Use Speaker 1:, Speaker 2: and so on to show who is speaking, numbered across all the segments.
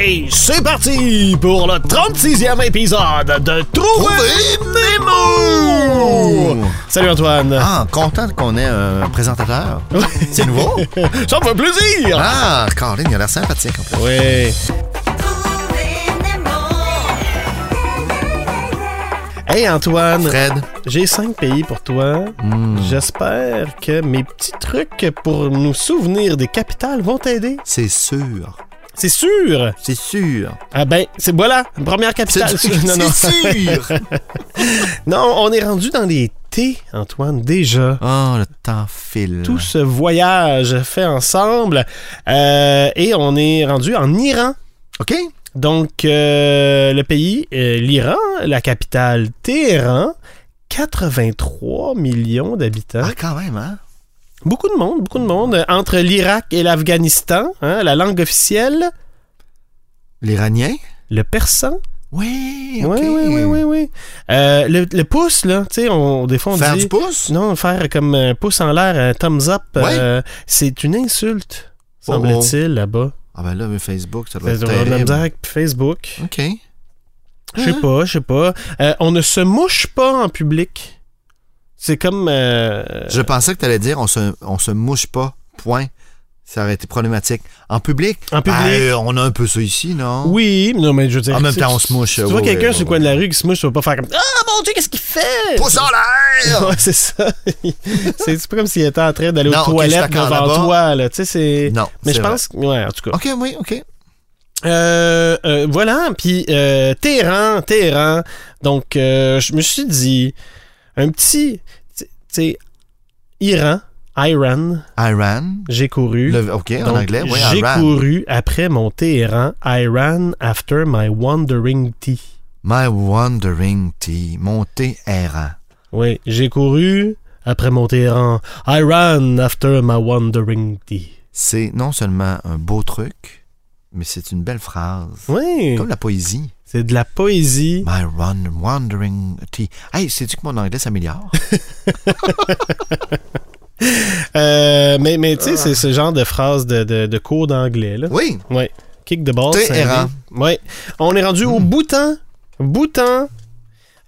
Speaker 1: Et c'est parti pour le 36e épisode de Trouver Nemo! Salut Antoine!
Speaker 2: Ah, content qu'on ait un présentateur. C'est nouveau.
Speaker 1: Ça me fait plaisir!
Speaker 2: Ah, Caroline, il a l'air sympathique en plus.
Speaker 1: Oui. Hey Antoine,
Speaker 2: Fred,
Speaker 1: j'ai cinq pays pour toi.
Speaker 2: hmm,
Speaker 1: J'espère que mes petits trucs pour nous souvenir des capitales vont t'aider.
Speaker 2: c'est sûr.
Speaker 1: C'est sûr.
Speaker 2: C'est sûr.
Speaker 1: Ah ben, c'est voilà, une première capitale. Non, non.
Speaker 2: C'est sûr.
Speaker 1: non, on est rendu dans les T, Antoine, déjà.
Speaker 2: Oh, le temps file.
Speaker 1: tout ce voyage fait ensemble. Euh, et on est rendu en Iran.
Speaker 2: OK?
Speaker 1: Hein? Donc, euh, le pays, euh, l'Iran, la capitale Téhéran, 83 millions d'habitants.
Speaker 2: Ah, quand même, hein?
Speaker 1: Beaucoup de monde, beaucoup de monde. Euh, Entre l'Irak et l'Afghanistan, hein, la langue officielle,
Speaker 2: L'Iranien?
Speaker 1: le persan.
Speaker 2: Oui, OK.
Speaker 1: Oui, oui, oui, oui. oui. Euh, le, le pouce, là, tu sais, on, des fois, on
Speaker 2: Faire
Speaker 1: dit...
Speaker 2: du pouce?
Speaker 1: Non, faire comme un pouce en l'air, un thumbs up,
Speaker 2: Ouais.
Speaker 1: euh, c'est une insulte,
Speaker 2: Oh, oh.
Speaker 1: semble-t-il, là-bas.
Speaker 2: Ah ben là, mais Facebook, ça doit
Speaker 1: C'est
Speaker 2: être
Speaker 1: on a de la misère
Speaker 2: terrible.
Speaker 1: avec Facebook.
Speaker 2: OK.
Speaker 1: Je sais
Speaker 2: Hein?
Speaker 1: pas, je sais pas. Euh, on ne se mouche pas en public. C'est comme. euh,
Speaker 2: Je pensais que t'allais dire on se, on se mouche pas, point. Ça aurait été problématique. En public?
Speaker 1: En public.
Speaker 2: Ben, euh, on a un peu ça ici, non?
Speaker 1: Oui, non, mais je veux dire.
Speaker 2: En même
Speaker 1: si
Speaker 2: temps,
Speaker 1: tu-
Speaker 2: on se mouche,
Speaker 1: Si tu
Speaker 2: oui,
Speaker 1: vois
Speaker 2: oui,
Speaker 1: quelqu'un
Speaker 2: oui,
Speaker 1: sur le
Speaker 2: oui.
Speaker 1: coin de la rue qui se mouche, tu vas pas faire comme Ah mon Dieu, qu'est-ce qu'il fait
Speaker 2: Pouce en l'air!
Speaker 1: Ouais, c'est ça. c'est c'est pas comme s'il était en train d'aller
Speaker 2: Non,
Speaker 1: aux
Speaker 2: ok, je
Speaker 1: toilettes
Speaker 2: suis d'accord,
Speaker 1: devant
Speaker 2: là-bas.
Speaker 1: toi, là. Tu sais, c'est.
Speaker 2: Non.
Speaker 1: Mais
Speaker 2: c'est
Speaker 1: je
Speaker 2: vrai.
Speaker 1: pense. que- Ouais, en tout cas.
Speaker 2: OK, oui, OK.
Speaker 1: Euh, euh, voilà, puis euh, Téhéran, Téhéran. Donc, euh, je me suis dit, un petit, tu tu sais, Iran, Iran,
Speaker 2: Iran.
Speaker 1: j'ai couru.
Speaker 2: Le- OK, en
Speaker 1: Donc,
Speaker 2: anglais, oui,
Speaker 1: J'ai
Speaker 2: Iran.
Speaker 1: couru après mon Téhéran, Iran, after my wandering tea.
Speaker 2: My Wandering Tea, mon thé errant.
Speaker 1: Oui, j'ai couru après mon Téhéran, Iran, after my wandering tea.
Speaker 2: C'est non seulement un beau truc, mais c'est une belle phrase.
Speaker 1: Oui,
Speaker 2: Comme la poésie.
Speaker 1: c'est de la poésie.
Speaker 2: My wand- Wandering Tea. Hey, sais-tu que mon anglais s'améliore?
Speaker 1: Euh, mais mais tu sais,
Speaker 2: Ah.
Speaker 1: c'est ce genre de phrase de, de, de cours d'anglais, là.
Speaker 2: oui.
Speaker 1: Ouais. Kick de ball.
Speaker 2: Téhéran.
Speaker 1: Ouais. On est rendu
Speaker 2: Mm.
Speaker 1: au Bhoutan. Bhoutan.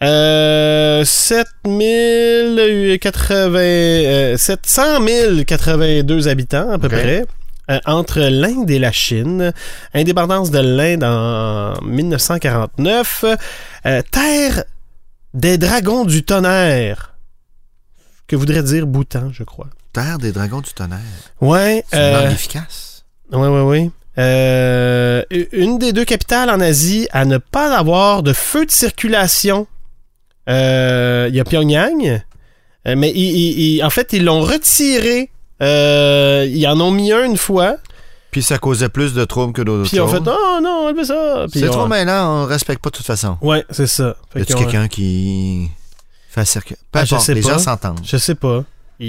Speaker 1: Euh, 7080, euh, 700 082 habitants à peu
Speaker 2: Ok.
Speaker 1: près. Euh, entre l'Inde et la Chine. Indépendance de l'Inde en 1949. Euh, terre des dragons du tonnerre. Que voudrait dire Bhoutan, je crois.
Speaker 2: Terre des dragons du tonnerre.
Speaker 1: Ouais.
Speaker 2: C'est une
Speaker 1: euh,
Speaker 2: langue efficace.
Speaker 1: oui, oui, oui. Euh, une des deux capitales en Asie à ne pas avoir de feu de circulation. Euh, Il y a Pyongyang, euh, mais ils- ils- ils- en fait, ils l'ont retiré. Euh, ils en ont mis un une fois,
Speaker 2: Puis ça causait plus de troubles que d'autres
Speaker 1: puis ils ont
Speaker 2: choses.
Speaker 1: fait « Oh non, enlevez ça! » Puis
Speaker 2: c'est
Speaker 1: on-
Speaker 2: trop mêlant, on le respecte pas de toute façon.
Speaker 1: Ouais, c'est ça. Fait
Speaker 2: Y a-tu
Speaker 1: qu'ils ont-
Speaker 2: quelqu'un qui fait circuler? Peu
Speaker 1: Ah, je
Speaker 2: importe,
Speaker 1: sais
Speaker 2: les
Speaker 1: pas.
Speaker 2: gens s'entendent.
Speaker 1: Je sais pas. Ils,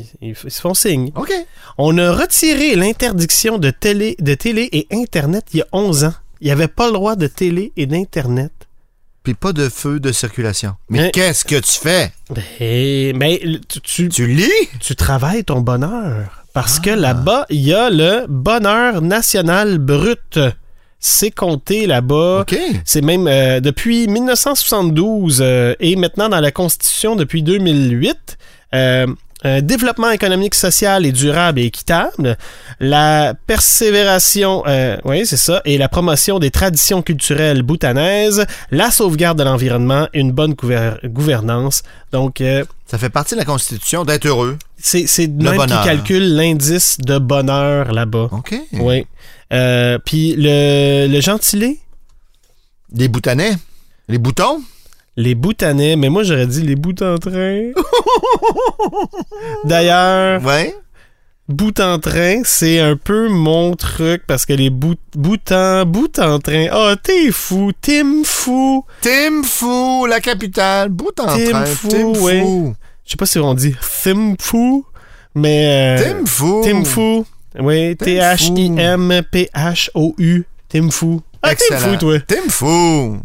Speaker 1: ils- ils f- ils se font signe.
Speaker 2: OK.
Speaker 1: On a retiré l'interdiction de télé, de télé et Internet il y a 11 ans. Il n'y avait pas le droit de télé et d'Internet.
Speaker 2: Puis pas de feu de circulation. Mais
Speaker 1: Hein?
Speaker 2: qu'est-ce que tu fais?
Speaker 1: Eh, mais l- tu, tu-
Speaker 2: Tu lis?
Speaker 1: tu travailles ton bonheur. Parce que
Speaker 2: Ah.
Speaker 1: là-bas, il y a le bonheur national brut. C'est compté là-bas.
Speaker 2: OK.
Speaker 1: C'est même euh, depuis 1972 euh, et maintenant dans la Constitution depuis 2008. euh, un développement économique, social et durable et équitable, la persévération, euh, oui c'est ça, et la promotion des traditions culturelles bhoutanaises, la sauvegarde de l'environnement, une bonne couver- gouvernance. Donc euh,
Speaker 2: Ça fait partie de la Constitution d'être heureux.
Speaker 1: c'est c'est de
Speaker 2: Le
Speaker 1: même qui
Speaker 2: bonheur. Mm.
Speaker 1: calcule l'indice de bonheur là-bas.
Speaker 2: OK.
Speaker 1: Oui. Euh, Puis le, le gentilé,
Speaker 2: Les boutanais. Les boutons.
Speaker 1: Les Bhoutanais, mais moi j'aurais dit les bouts en train. D'ailleurs,
Speaker 2: Ouais.
Speaker 1: bout en train, c'est un peu mon truc parce que les bout boutans, bout en train. Ah, t'es fou, Tim fou.
Speaker 2: Tim Fou, la capitale. Bout en
Speaker 1: Tim
Speaker 2: train.
Speaker 1: Fou,
Speaker 2: Tim
Speaker 1: oui.
Speaker 2: Fou.
Speaker 1: Je sais pas si on dit Tim fou, mais euh,
Speaker 2: Tim Fou.
Speaker 1: Tim fou. Oui, T H I M P H O U. Tim fou. Ah, Tim
Speaker 2: Excellent.
Speaker 1: fou toi.
Speaker 2: Tim Fou.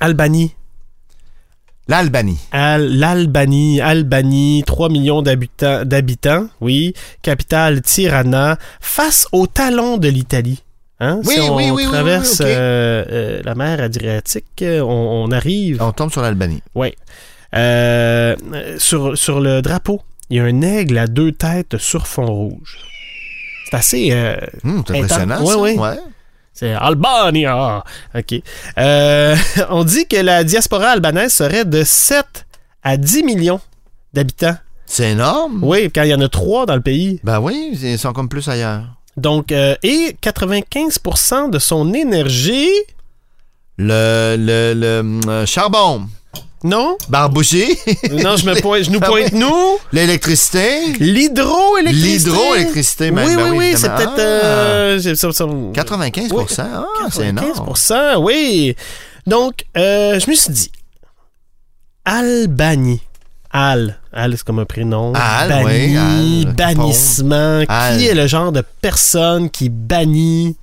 Speaker 1: Albanie.
Speaker 2: L'Albanie.
Speaker 1: Al- L'Albanie, Albanie, 3 millions d'habitants, d'habitants, oui, capitale Tirana, face au talon de l'Italie. Hein?
Speaker 2: Oui,
Speaker 1: si on
Speaker 2: oui, oui, oui,
Speaker 1: traverse
Speaker 2: oui, oui, ok.
Speaker 1: euh, euh, la mer Adriatique, euh, on, on arrive
Speaker 2: On tombe sur l'Albanie.
Speaker 1: euh, sur, sur le drapeau. Il y a un aigle à deux têtes sur fond rouge. C'est assez... euh,
Speaker 2: Hum,
Speaker 1: Intense.
Speaker 2: c'est impressionnant.
Speaker 1: Ouais,
Speaker 2: ça.
Speaker 1: ouais. C'est Albania. OK. Euh, on dit que la diaspora albanaise serait de 7 à 10 millions d'habitants.
Speaker 2: C'est énorme.
Speaker 1: Oui, quand il y en a 3 dans le pays.
Speaker 2: Ben oui, ils sont comme plus ailleurs.
Speaker 1: Donc, euh, et 95% de son énergie...
Speaker 2: Le, le, le hum, euh, charbon,
Speaker 1: Non?
Speaker 2: barbouché,
Speaker 1: Non, je me pointe, je nous
Speaker 2: Ah ouais.
Speaker 1: pointe nous.
Speaker 2: l'électricité,
Speaker 1: L'hydroélectricité.
Speaker 2: l'hydroélectricité. ben-
Speaker 1: oui,
Speaker 2: ben
Speaker 1: oui, oui, c'est
Speaker 2: évidemment.
Speaker 1: peut-être...
Speaker 2: Ah,
Speaker 1: euh, c'est- c'est- c'est-
Speaker 2: 95 ah, c'est énorme.
Speaker 1: 95%, oui. Donc, euh, je me suis dit, Albanie. Al. Al, c'est comme un prénom.
Speaker 2: Al,
Speaker 1: Banni,
Speaker 2: oui, Al,
Speaker 1: bannissement.
Speaker 2: Al.
Speaker 1: Qui est le genre de personne qui bannit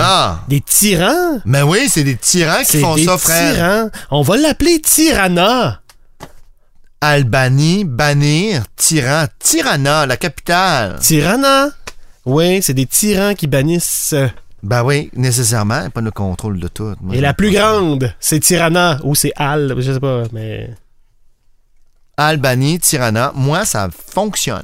Speaker 2: Ah,
Speaker 1: des tyrans?
Speaker 2: mais oui, c'est des tyrans qui
Speaker 1: C'est
Speaker 2: font
Speaker 1: des
Speaker 2: ça, frère.
Speaker 1: tyrans. On va l'appeler Tirana.
Speaker 2: Albanie, bannir, tyran, Tirana, la capitale.
Speaker 1: Tirana. Oui, c'est des tyrans qui bannissent.
Speaker 2: Ben oui, nécessairement, pas le contrôle de tout. Moi,
Speaker 1: Et
Speaker 2: je-
Speaker 1: la plus grande, c'est Tirana ou c'est Al, je sais pas, mais
Speaker 2: Albanie, Tirana, moi, ça fonctionne.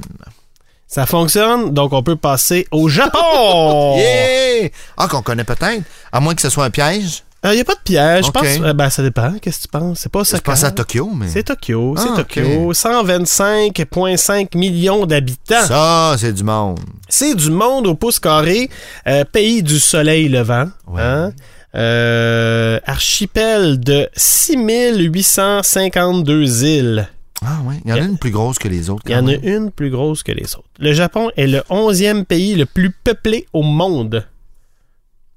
Speaker 1: ça fonctionne, donc on peut passer au Japon.
Speaker 2: Yeah! Ah, qu'on connaît peut-être, à moins que ce soit un piège.
Speaker 1: Il n'y Euh, a pas de piège. Je
Speaker 2: Ok.
Speaker 1: pense. euh, ben, ça dépend. Qu'est-ce que tu penses? C'est pas ça.
Speaker 2: Je pense à Tokyo, mais...
Speaker 1: C'est Tokyo. C'est
Speaker 2: Ah,
Speaker 1: Tokyo. 125,5 millions d'habitants.
Speaker 2: Ça, c'est du monde.
Speaker 1: C'est du monde au pouce carré. euh, pays du soleil levant.
Speaker 2: Ouais.
Speaker 1: hein. Euh, archipel de 6852 îles.
Speaker 2: Ah oui, il y en a une plus grosse que les autres.
Speaker 1: Il y en
Speaker 2: quand
Speaker 1: a
Speaker 2: même.
Speaker 1: une plus grosse que les autres. Le Japon est le 11e pays le plus peuplé au monde.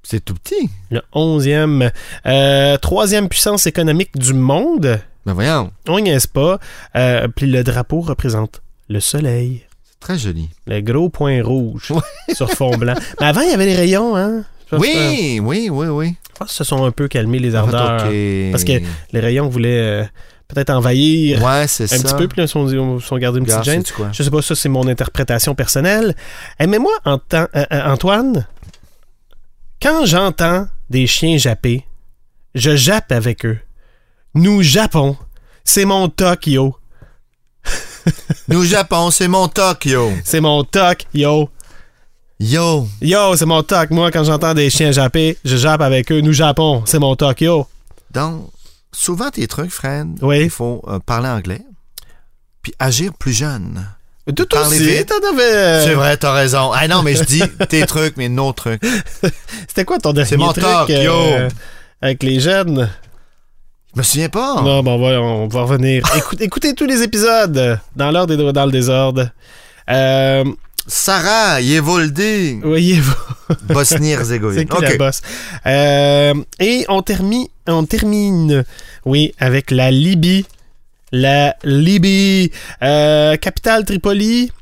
Speaker 2: C'est tout petit.
Speaker 1: Le 11e. Euh, troisième puissance économique du monde.
Speaker 2: Ben voyons,
Speaker 1: On niaise pas. Euh, puis le drapeau représente le soleil.
Speaker 2: c'est très joli.
Speaker 1: Le gros point rouge sur fond blanc. Mais avant, il y avait les rayons, hein? Je pense que-
Speaker 2: Oui, oui, oui, oui.
Speaker 1: je pense que se sont un peu calmés les
Speaker 2: En fait,
Speaker 1: ardeurs.
Speaker 2: ok.
Speaker 1: Parce que- Les rayons voulaient euh, peut-être envahir
Speaker 2: Ouais, c'est ça.
Speaker 1: un petit peu, puis là, ils se sont, dit- ils se sont gardés une
Speaker 2: Regarde,
Speaker 1: petite gêne.
Speaker 2: sais-tu quoi?
Speaker 1: Je sais pas, ça, c'est mon interprétation personnelle. Eh, mais moi, en tant- euh, euh, Antoine, quand j'entends des chiens japper, je jappe avec eux. Nous jappons. C'est mon Tokyo.
Speaker 2: Nous, Japon, c'est mon Tokyo.
Speaker 1: C'est mon toc, yo.
Speaker 2: Yo,
Speaker 1: Yo, c'est mon toc. Moi, quand j'entends des chiens japper, je jappe avec eux. Nous japons, c'est mon toc, yo.
Speaker 2: donc, souvent tes trucs, Fred,
Speaker 1: Oui.
Speaker 2: il faut euh, parler anglais, puis agir plus jeune.
Speaker 1: Tout
Speaker 2: Parlez
Speaker 1: aussi,
Speaker 2: vite.
Speaker 1: t'en avais... euh,
Speaker 2: C'est vrai, t'as raison. Ah non, mais je dis tes trucs, mais nos trucs.
Speaker 1: C'était quoi ton dernier
Speaker 2: C'est mon
Speaker 1: truc
Speaker 2: toc,
Speaker 1: euh,
Speaker 2: yo.
Speaker 1: avec les jeunes?
Speaker 2: Je me souviens pas.
Speaker 1: Non, bon, ben, on va, on va revenir.
Speaker 2: Ah.
Speaker 1: Écoute- écoutez tous les épisodes dans l'ordre et dans le désordre. Euh,
Speaker 2: Sarah, Yevoldi,
Speaker 1: voyez-vous, c'est
Speaker 2: Bosnie-Herzégovine.
Speaker 1: qui la
Speaker 2: OK.
Speaker 1: bosse? Euh, et on termine, on termine, oui, avec la Libye. La Libye, Euh, capitale Tripoli,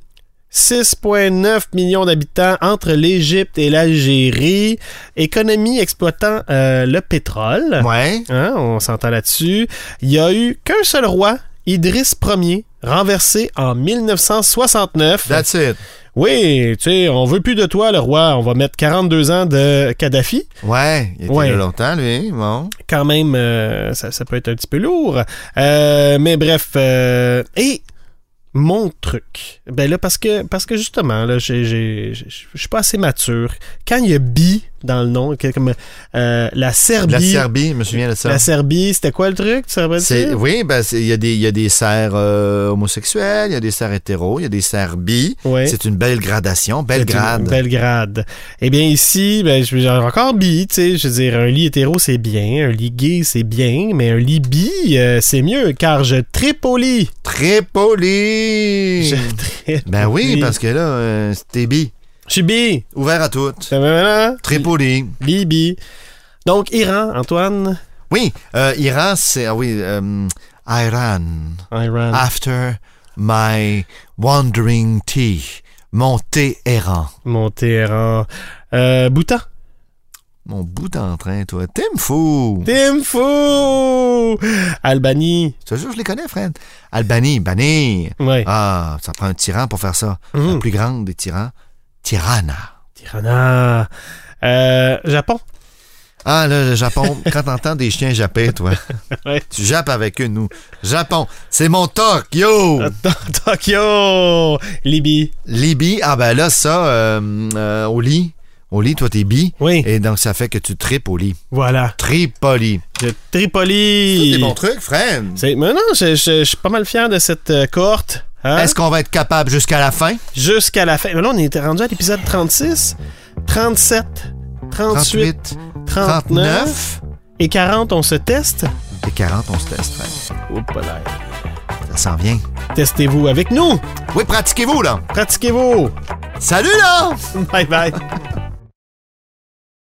Speaker 1: 6,9 millions d'habitants entre l'Égypte et l'Algérie, économie exploitant euh, le pétrole.
Speaker 2: Ouais.
Speaker 1: Hein, on s'entend là-dessus. Il y a eu qu'un seul roi, Idriss Ier, renversé en 1969.
Speaker 2: That's it.
Speaker 1: Oui, tu sais, on veut plus de toi, le roi. On va mettre 42 ans de Kadhafi.
Speaker 2: Ouais, il était
Speaker 1: Ouais.
Speaker 2: là longtemps, lui. Bon.
Speaker 1: Quand même, euh, ça, ça peut être un petit peu lourd. Euh, mais bref, euh, et mon truc. Ben là, parce que, parce que justement, là, j'ai- j'ai- j'ai- je suis pas assez mature. Quand il y a bi dans le nom, que- comme euh, la Serbie.
Speaker 2: La Serbie, je me souviens de ça.
Speaker 1: La Serbie, c'était quoi le truc? Tu te rappelles-tu?
Speaker 2: C'est- oui, ben, c'est- il y, a des- il y a des serres euh, homosexuels, il y a des serres hétéros, il y a des serres bi.
Speaker 1: Ouais.
Speaker 2: C'est une belle gradation, Belgrade.
Speaker 1: C'est une- Belgrade. Eh bien, ici, ben, je j'ai encore bi, tu sais. Je veux dire, un lit hétéro, c'est bien. Un lit gay, c'est bien. Mais un lit bi, euh, c'est mieux, car je tripolis.
Speaker 2: Tripoli!
Speaker 1: Je tri-
Speaker 2: Hmm. Ben oui,
Speaker 1: Bi.
Speaker 2: parce que là, euh, c'était bi.
Speaker 1: Je suis bi.
Speaker 2: Ouvert à toutes.
Speaker 1: Ça va, voilà.
Speaker 2: Tripoli.
Speaker 1: Bi, bi. Donc, Iran, Antoine.
Speaker 2: Oui, euh, Iran, c'est. Ah oui, euh, Iran.
Speaker 1: Iran.
Speaker 2: Ah. After my wandering tea. Mon thé errant.
Speaker 1: Mon Téhéran. Euh, Bhoutan.
Speaker 2: Mon bout d'entrain, toi. T'es me fou!
Speaker 1: Tim Fou. Albanie.
Speaker 2: Je te jure, je les connais, Fred. Albanie, Bani.
Speaker 1: Ouais.
Speaker 2: Ah, ça prend un tyran pour faire ça.
Speaker 1: Mhm.
Speaker 2: La plus grande des tyrans, Tirana.
Speaker 1: Tirana. Euh, Japon.
Speaker 2: Ah là, le Japon, quand t'entends des chiens japper, toi,
Speaker 1: Ouais.
Speaker 2: tu jappes avec eux, nous. Japon, c'est mon Tokyo!
Speaker 1: Tokyo. Libye.
Speaker 2: Libye, ah ben là, ça, euh, euh, au lit, au lit, toi, t'es bi.
Speaker 1: Oui.
Speaker 2: Et donc, ça fait que tu tripes au lit.
Speaker 1: Voilà.
Speaker 2: Tripoli.
Speaker 1: Je- Tripoli.
Speaker 2: C'est des bons trucs, friend.
Speaker 1: C'est- Mais non, je, je- je suis pas mal fier de cette euh, cohorte. hein.
Speaker 2: Est-ce qu'on va être capable jusqu'à la fin?
Speaker 1: Jusqu'à la fin. Mais là, on était rendu à l'épisode 36, 37, 38,
Speaker 2: 38,
Speaker 1: 39,
Speaker 2: 39
Speaker 1: et 40, on se teste.
Speaker 2: et 40, on se teste, friend.
Speaker 1: Oups, là.
Speaker 2: Ça s'en vient.
Speaker 1: Testez-vous avec nous.
Speaker 2: Oui, pratiquez-vous, là.
Speaker 1: Pratiquez-vous.
Speaker 2: Salut, là!
Speaker 1: Bye bye.